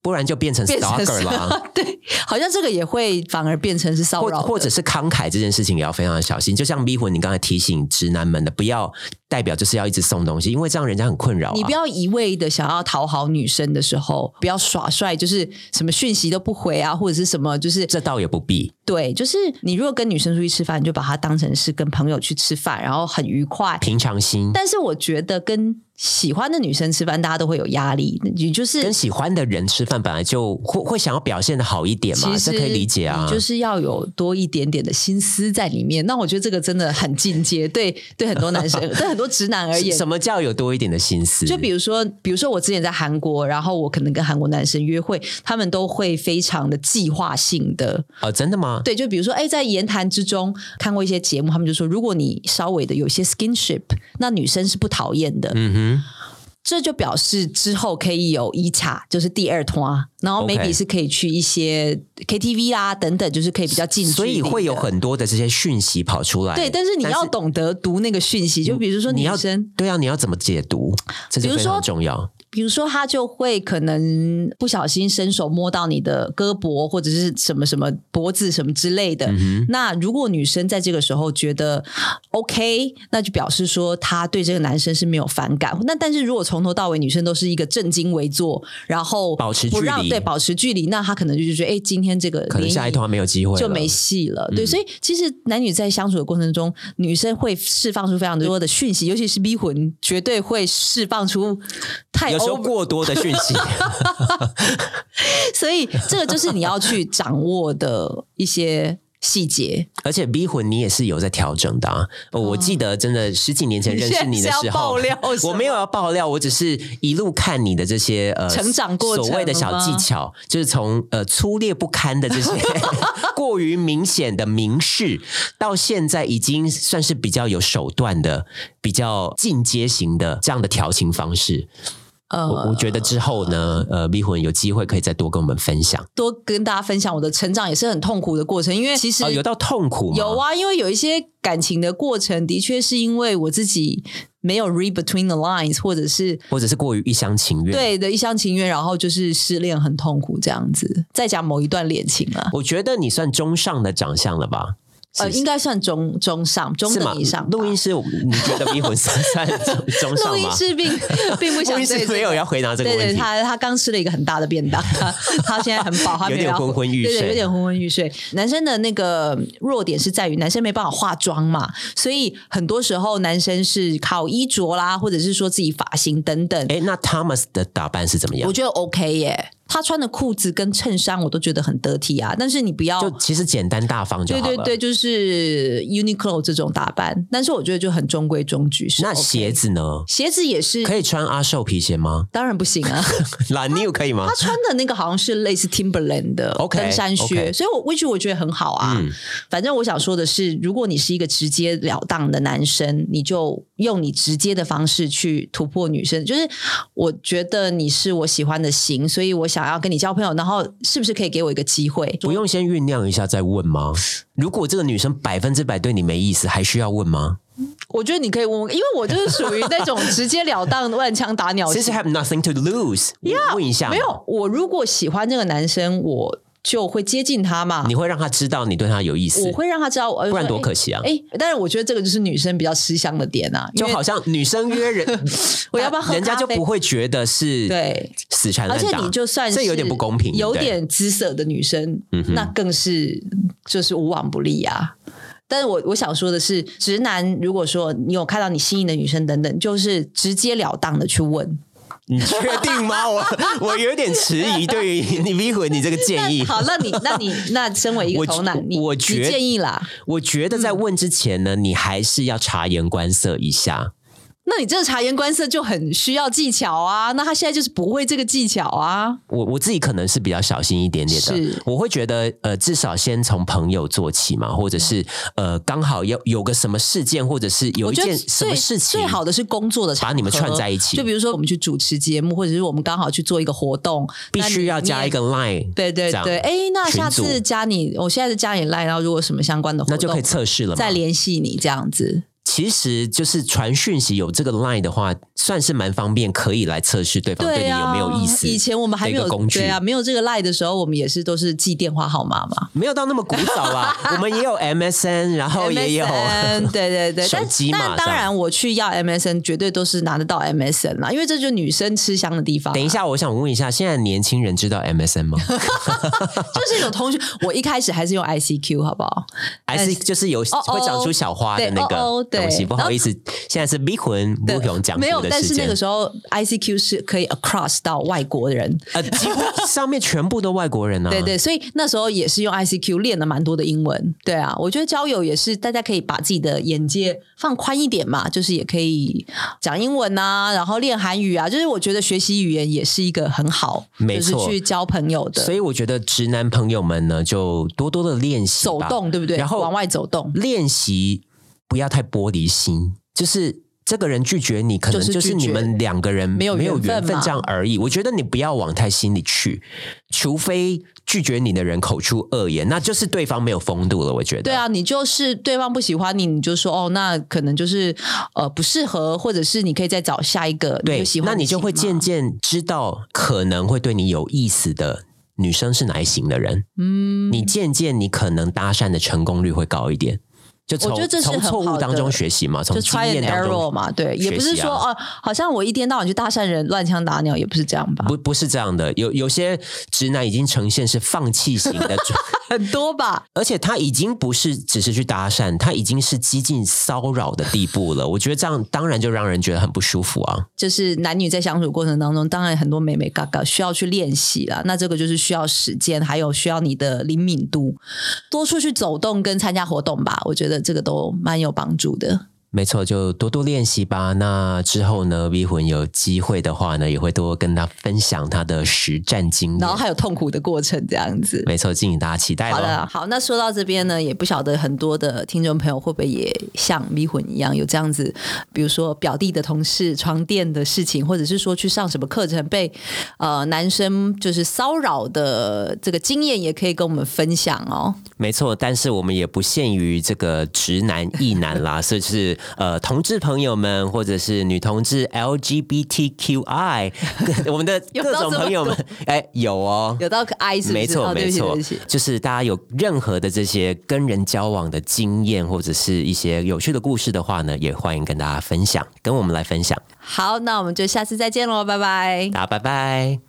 [SPEAKER 2] 不然就变成
[SPEAKER 1] 变成
[SPEAKER 2] stalker 了啊。
[SPEAKER 1] (laughs) 对，好像这个也会反而变成是骚
[SPEAKER 2] 或
[SPEAKER 1] 扰的，
[SPEAKER 2] 或者是慷慨这件事情也要非常的小心。就像逼婚，你刚才提醒直男们的，不要代表就是要一直送东西，因为这样人家很困扰、啊。
[SPEAKER 1] 你不要一味的想要讨好女生的时候，不要耍帅，就是什么讯息都不回啊，或者是什么，就是
[SPEAKER 2] 这倒也不必。
[SPEAKER 1] 对，就是你如果跟女生出去吃饭，你就把它当成是跟朋友去吃饭，然后很愉快。
[SPEAKER 2] 平常心，
[SPEAKER 1] 但是我觉得跟喜欢的女生吃饭，大家都会有压力，你就是
[SPEAKER 2] 跟喜欢的人吃饭，本来就会会想要表现的好一点嘛，
[SPEAKER 1] 其
[SPEAKER 2] 这
[SPEAKER 1] 实
[SPEAKER 2] 可以理解啊
[SPEAKER 1] 你。就是要有多一点点的心思在里面。那我觉得这个真的很进阶，对 (laughs) 对，很多男生，对很多直男而言，
[SPEAKER 2] 什么叫有多一点的心思？
[SPEAKER 1] 就比如说，比如说我之前在韩国，然后我可能跟韩国男生约会，他们都会非常的计划性的，
[SPEAKER 2] 哦，真的吗？
[SPEAKER 1] 对，就比如说，哎，在言谈之中看过一些节目，他们就说，如果你稍微的有些 skinship，那女生是不讨厌的，
[SPEAKER 2] 嗯
[SPEAKER 1] 这就表示之后可以有一卡，就是第二通啊，然后
[SPEAKER 2] OK
[SPEAKER 1] maybe 是可以去一些 KTV 啊等等，就是可以比较近距
[SPEAKER 2] 哼，
[SPEAKER 1] 离的，
[SPEAKER 2] 所以会有很多的这些讯息跑出来。
[SPEAKER 1] 对，但是你要
[SPEAKER 2] 但
[SPEAKER 1] 懂得读那个讯息，就比如说
[SPEAKER 2] 你
[SPEAKER 1] 女
[SPEAKER 2] 要
[SPEAKER 1] 生。
[SPEAKER 2] 对啊，你要怎么解读？这
[SPEAKER 1] 比
[SPEAKER 2] 就
[SPEAKER 1] 如
[SPEAKER 2] 非
[SPEAKER 1] 说
[SPEAKER 2] 常重要。
[SPEAKER 1] 比如说，他就会可能不小心伸手摸到你的胳膊或者是什么什么脖子什么之类的。
[SPEAKER 2] 嗯
[SPEAKER 1] 那如果女生在这个时候觉得 OK，那就表示说她对这个男生是没有反感。那但是如果从头到尾女生都是一个正襟危坐，然后
[SPEAKER 2] 保持距
[SPEAKER 1] 不让
[SPEAKER 2] 离
[SPEAKER 1] 对保持距离，那她可能就是觉得，哎、今天这个
[SPEAKER 2] 可能
[SPEAKER 1] 联谊
[SPEAKER 2] 下一通还没有机会了，嗯
[SPEAKER 1] 就没戏了。对，所以其实男女在相处的过程中，女生会释放出非常多的讯息，尤其是逼魂，绝对会释放出太
[SPEAKER 2] 有时
[SPEAKER 1] (laughs)
[SPEAKER 2] 候
[SPEAKER 1] over，
[SPEAKER 2] 过多的讯息。
[SPEAKER 1] 所以这个就是你要去掌握的一些细节。
[SPEAKER 2] 而且逼婚你也是有在调整的啊！哦我记得真的十几年前认识你的
[SPEAKER 1] 嗯你现在是
[SPEAKER 2] 时
[SPEAKER 1] 要
[SPEAKER 2] 候
[SPEAKER 1] 爆料，是吗
[SPEAKER 2] 我没有要啊爆料，我只是一路看你的这些呃
[SPEAKER 1] 成长过程
[SPEAKER 2] 所谓的小技巧，就是从呃粗劣不堪的这些 (laughs) 过于明显的明示，到现在已经算是比较有手段的、比较进阶型的这样的调情方式。我
[SPEAKER 1] 呃
[SPEAKER 2] 我，觉得之后呢，呃，逼婚有机会可以再多跟我们分享。
[SPEAKER 1] 多跟大家分享我的成长也是很痛苦的过程，因为其实
[SPEAKER 2] 哦，有到痛苦吗？
[SPEAKER 1] 有啊，因为有一些感情的过程，的确是因为我自己没有 read between the lines，或者是
[SPEAKER 2] 或者是过于一厢情愿。
[SPEAKER 1] 对的一厢情愿，然后就是失恋很痛苦这样子。再讲某一段恋情啊，
[SPEAKER 2] (laughs) 我觉得你算中上的长相了吧？
[SPEAKER 1] 呃，应该算中中上，中
[SPEAKER 2] 是吗
[SPEAKER 1] 等以上吧。
[SPEAKER 2] 录音师，你觉得迷魂三算中
[SPEAKER 1] 录
[SPEAKER 2] 上
[SPEAKER 1] 音
[SPEAKER 2] 吗？
[SPEAKER 1] 师并 (laughs) 并不
[SPEAKER 2] 录
[SPEAKER 1] 想
[SPEAKER 2] 音
[SPEAKER 1] 对
[SPEAKER 2] 师
[SPEAKER 1] 这
[SPEAKER 2] 没有
[SPEAKER 1] 个
[SPEAKER 2] 要回答这个
[SPEAKER 1] 对
[SPEAKER 2] 问
[SPEAKER 1] 对，
[SPEAKER 2] 题。
[SPEAKER 1] 他他刚吃了一个很大的便当， (laughs) 他他现在很饱，他没
[SPEAKER 2] 有点
[SPEAKER 1] 要
[SPEAKER 2] 昏昏欲
[SPEAKER 1] 对
[SPEAKER 2] 睡
[SPEAKER 1] 对，有点昏昏欲睡。男生的那个弱点是在于男生没办法化妆嘛，所以很多时候男生是靠衣着啦，或者是说自己发型等等，
[SPEAKER 2] 哎，那 Thomas 的打扮是怎么样
[SPEAKER 1] 我？觉得 OK 耶。他穿的裤子跟衬衫我都觉得很得体啊，但是你不要
[SPEAKER 2] 就其实简单大方就
[SPEAKER 1] 对
[SPEAKER 2] 好了。
[SPEAKER 1] 对对，就是 Uniqlo 这种打扮，但是我觉得就很中规中矩是、
[SPEAKER 2] 那鞋子呢？
[SPEAKER 1] 鞋子也是
[SPEAKER 2] 可，以穿阿寿皮鞋吗？
[SPEAKER 1] 当然不行
[SPEAKER 2] (laughs)
[SPEAKER 1] 啊。
[SPEAKER 2] 懒牛可以吗
[SPEAKER 1] 他？穿的那个好像是类似 Timberland 的
[SPEAKER 2] OK，
[SPEAKER 1] 登山靴
[SPEAKER 2] OK
[SPEAKER 1] 所以我 which 我觉得很好啊。
[SPEAKER 2] 嗯
[SPEAKER 1] 反正我想说的是，如果你是一个直截了当的男生，你就用你直接的方式去突破女生。就是我觉得你是我喜欢的型，所以我想要跟你交朋友，然后是不是可以给我一个机会？
[SPEAKER 2] 不用先酝酿一下再问吗？如果这个女生百分之百对你没意思，还需要问吗
[SPEAKER 1] 我觉得你可以问我，因为我就是属于那种直截了当、乱枪打鸟型
[SPEAKER 2] ？Since you have nothing to lose，问一下嘛
[SPEAKER 1] 哦没有，我如果喜欢这个男生，我就会接近他嘛
[SPEAKER 2] 你。会让她知道你对她有意思
[SPEAKER 1] 我，会让他知道，不
[SPEAKER 2] 不然多可惜啊！
[SPEAKER 1] 哎、但是我觉得这个就是女生比较吃香的点啊，因
[SPEAKER 2] 就
[SPEAKER 1] 为
[SPEAKER 2] 好像女生约人，
[SPEAKER 1] (laughs) 我要不要喝
[SPEAKER 2] 人家
[SPEAKER 1] 咖
[SPEAKER 2] 就
[SPEAKER 1] 啡
[SPEAKER 2] 不会觉得是
[SPEAKER 1] 对
[SPEAKER 2] 死缠
[SPEAKER 1] 而
[SPEAKER 2] 烂打，
[SPEAKER 1] 且你就算是
[SPEAKER 2] 这有点不公平，
[SPEAKER 1] 有
[SPEAKER 2] 对不对嗯
[SPEAKER 1] 点姿色的女生，那更是就是无往不利啊。但是我我想说的是，直男如果说你有看到你心仪的女生等等，就是直截了当的去问。
[SPEAKER 2] 你确定
[SPEAKER 1] (laughs)
[SPEAKER 2] 吗？我我有点迟疑，对于你 V 魂你这个建议
[SPEAKER 1] 那，好，那你那
[SPEAKER 2] (laughs)
[SPEAKER 1] 你那身为一
[SPEAKER 2] 我
[SPEAKER 1] 个头
[SPEAKER 2] 我
[SPEAKER 1] 男，你
[SPEAKER 2] 我
[SPEAKER 1] 你
[SPEAKER 2] 觉
[SPEAKER 1] 建议啦？
[SPEAKER 2] 我觉得在问之前呢，你还是要察言观色一下。
[SPEAKER 1] 那你这个察言观色就很需要技巧啊。那他现在就是不会这个技巧啊。
[SPEAKER 2] 我我自己可能是比较小心一点点的
[SPEAKER 1] 是，
[SPEAKER 2] 我会觉得呃，至少先从朋友做起嘛，或者是呃，刚好要有个什么事件，或者是
[SPEAKER 1] 嗯
[SPEAKER 2] 有
[SPEAKER 1] 我
[SPEAKER 2] 一
[SPEAKER 1] 觉得
[SPEAKER 2] 件什么
[SPEAKER 1] 最
[SPEAKER 2] 事情
[SPEAKER 1] 最好的是工作的场合
[SPEAKER 2] 把你们串在一起
[SPEAKER 1] 就比如说我们去主持节目，或者是我们刚好去做一个活动，
[SPEAKER 2] 必
[SPEAKER 1] 那你
[SPEAKER 2] 须要加一。
[SPEAKER 1] 你也
[SPEAKER 2] 个 line，
[SPEAKER 1] 对对
[SPEAKER 2] 这样
[SPEAKER 1] 对，哎，那下
[SPEAKER 2] 群
[SPEAKER 1] 次
[SPEAKER 2] 组
[SPEAKER 1] 加你，我现在是加你 line，然后如果有什么相关的活动，
[SPEAKER 2] 那就可以测试了嘛
[SPEAKER 1] 再。联系你这样子。
[SPEAKER 2] 其实就是传讯息有这个 line 的话，算是蛮方便，可以来测试对方哦对你有
[SPEAKER 1] 啊，
[SPEAKER 2] 没有意思。
[SPEAKER 1] 以前我们还没
[SPEAKER 2] 的
[SPEAKER 1] 有
[SPEAKER 2] 一个工具
[SPEAKER 1] 对啊，没有这个 line 的时候，我们也是都是记电话号码嘛。
[SPEAKER 2] 没有到那么古
[SPEAKER 1] (laughs)
[SPEAKER 2] 早啦，我们也有 MSN，然后哦也有
[SPEAKER 1] MSN (laughs) 对对
[SPEAKER 2] (laughs)
[SPEAKER 1] 对，
[SPEAKER 2] 手
[SPEAKER 1] 但
[SPEAKER 2] 机嘛
[SPEAKER 1] 但当
[SPEAKER 2] 这
[SPEAKER 1] 然，我去要 MSN 绝对都是拿得到 MSN 啦，因为这就是女生吃香的地方啊。
[SPEAKER 2] 等一下，我想问一下，现在年轻人知道 MSN
[SPEAKER 1] (laughs)
[SPEAKER 2] 吗
[SPEAKER 1] 就是有同学，我一开始还是用 ICQ 好不好？
[SPEAKER 2] ？IC 就是有
[SPEAKER 1] 哦
[SPEAKER 2] 会长出小花的
[SPEAKER 1] 对
[SPEAKER 2] 那
[SPEAKER 1] 哦
[SPEAKER 2] 个
[SPEAKER 1] 哦对
[SPEAKER 2] 东西，不好意思，现在是逼魂不雄讲
[SPEAKER 1] 没
[SPEAKER 2] 古
[SPEAKER 1] 有，
[SPEAKER 2] 的
[SPEAKER 1] 但
[SPEAKER 2] 时
[SPEAKER 1] 是那
[SPEAKER 2] 间
[SPEAKER 1] 个，时候 ICQ 是可以 across 到外国人，
[SPEAKER 2] 呃，几
[SPEAKER 1] (laughs)
[SPEAKER 2] 乎上面全部都外国人啊，
[SPEAKER 1] 对对，所以那时候也是用 ICQ 练了蛮多的英文。对啊，我觉得交友也是大家可以把自己的眼界放宽一点嘛，就是也可以讲英文啊，然后练韩语啊，就是我觉得学习语言也是一个很好，
[SPEAKER 2] 没错
[SPEAKER 1] 就是去交朋友的
[SPEAKER 2] 所以我觉得直男朋友们呢，就多多的练习
[SPEAKER 1] 走
[SPEAKER 2] 吧
[SPEAKER 1] 动，对不对？
[SPEAKER 2] 然后嗯
[SPEAKER 1] 往外走动，
[SPEAKER 2] 练习不要太玻璃心，就是这个人拒绝你，可能
[SPEAKER 1] 就是
[SPEAKER 2] 就
[SPEAKER 1] 拒
[SPEAKER 2] 是
[SPEAKER 1] 绝
[SPEAKER 2] 你们两个人
[SPEAKER 1] 没有
[SPEAKER 2] 没
[SPEAKER 1] 缘
[SPEAKER 2] 有
[SPEAKER 1] 分
[SPEAKER 2] 缘分
[SPEAKER 1] 嘛
[SPEAKER 2] 这样而已。我觉得你不要往太心里去，除非拒绝你的人口出恶言，那就是对方没有风度了。我觉得，
[SPEAKER 1] 对，啊，你就是对方不喜欢你，你就说哦，那可能就是呃不适合，或者是你可以再找下一个你
[SPEAKER 2] 对
[SPEAKER 1] 就喜，欢
[SPEAKER 2] 那
[SPEAKER 1] 的
[SPEAKER 2] 你就
[SPEAKER 1] 型
[SPEAKER 2] 会
[SPEAKER 1] 嘛
[SPEAKER 2] 渐渐知道可能会对你有意思的。女生是哪一型的人？嗯，你渐渐你可能搭讪的成功率会高一点，就从
[SPEAKER 1] 我觉得这是
[SPEAKER 2] 从
[SPEAKER 1] 很
[SPEAKER 2] 错
[SPEAKER 1] 好
[SPEAKER 2] 误
[SPEAKER 1] 的
[SPEAKER 2] 当中学习嘛，从
[SPEAKER 1] 就
[SPEAKER 2] 经
[SPEAKER 1] try
[SPEAKER 2] 验
[SPEAKER 1] and
[SPEAKER 2] 当
[SPEAKER 1] error
[SPEAKER 2] 中
[SPEAKER 1] 嘛，对，也不
[SPEAKER 2] 学
[SPEAKER 1] 是
[SPEAKER 2] 习啊
[SPEAKER 1] 说哦、好像我一天到晚去搭讪人、乱枪打鸟，也不是这样吧？
[SPEAKER 2] 不不是这样的，有有些直男已经呈现是放弃型的状，
[SPEAKER 1] (laughs)
[SPEAKER 2] (laughs)
[SPEAKER 1] 很多吧？
[SPEAKER 2] 而且他已经不是只是去搭讪，他已经是激进骚扰的地步了。我觉得这样当然就让人觉得很不舒服啊。
[SPEAKER 1] 就是男女在相处过程当中，当然很多美美嘎嘎需要去练习啦。那这个就是需要时间，还有需要你的灵敏度，多出去走动跟参加活动吧。我觉得这个都蛮有帮助的。
[SPEAKER 2] 没错，就多多练习吧。那之后呢，V 魂有机会的话呢，也会多跟他分享他的实战经
[SPEAKER 1] 然
[SPEAKER 2] 验
[SPEAKER 1] 后。还有痛苦的过程这样子。
[SPEAKER 2] 没错，敬请大家期待
[SPEAKER 1] 好
[SPEAKER 2] 喽。
[SPEAKER 1] 的，好，那说到这边呢，也不晓得很多的听众朋友会不会也像迷魂一样有这样子，比如说表弟的同事床垫的事情，或者是说去上什么课程被呃男生就是骚扰的这个经验，也可以跟我们分享哦。
[SPEAKER 2] 没错，但是我们也不限于这个直男、异男
[SPEAKER 1] (laughs)
[SPEAKER 2] 啦，所以就是呃，同志朋友们或者是女同志
[SPEAKER 1] (laughs)
[SPEAKER 2] LGBTQI，各我们的
[SPEAKER 1] 有
[SPEAKER 2] 各
[SPEAKER 1] 到
[SPEAKER 2] 种
[SPEAKER 1] 这么
[SPEAKER 2] 朋友们，哎，有哦。
[SPEAKER 1] 有到个 I 是不是？
[SPEAKER 2] 没错，
[SPEAKER 1] 哦、对
[SPEAKER 2] 没
[SPEAKER 1] 不起，对
[SPEAKER 2] 错
[SPEAKER 1] 不起，。
[SPEAKER 2] 就是大家有任何的这些跟人交往的经验，或者是一些有趣的故事的话呢，也欢迎跟大家分享，跟我们来分享。
[SPEAKER 1] 好，那我们就下次再见喽，拜拜。
[SPEAKER 2] 大家拜拜。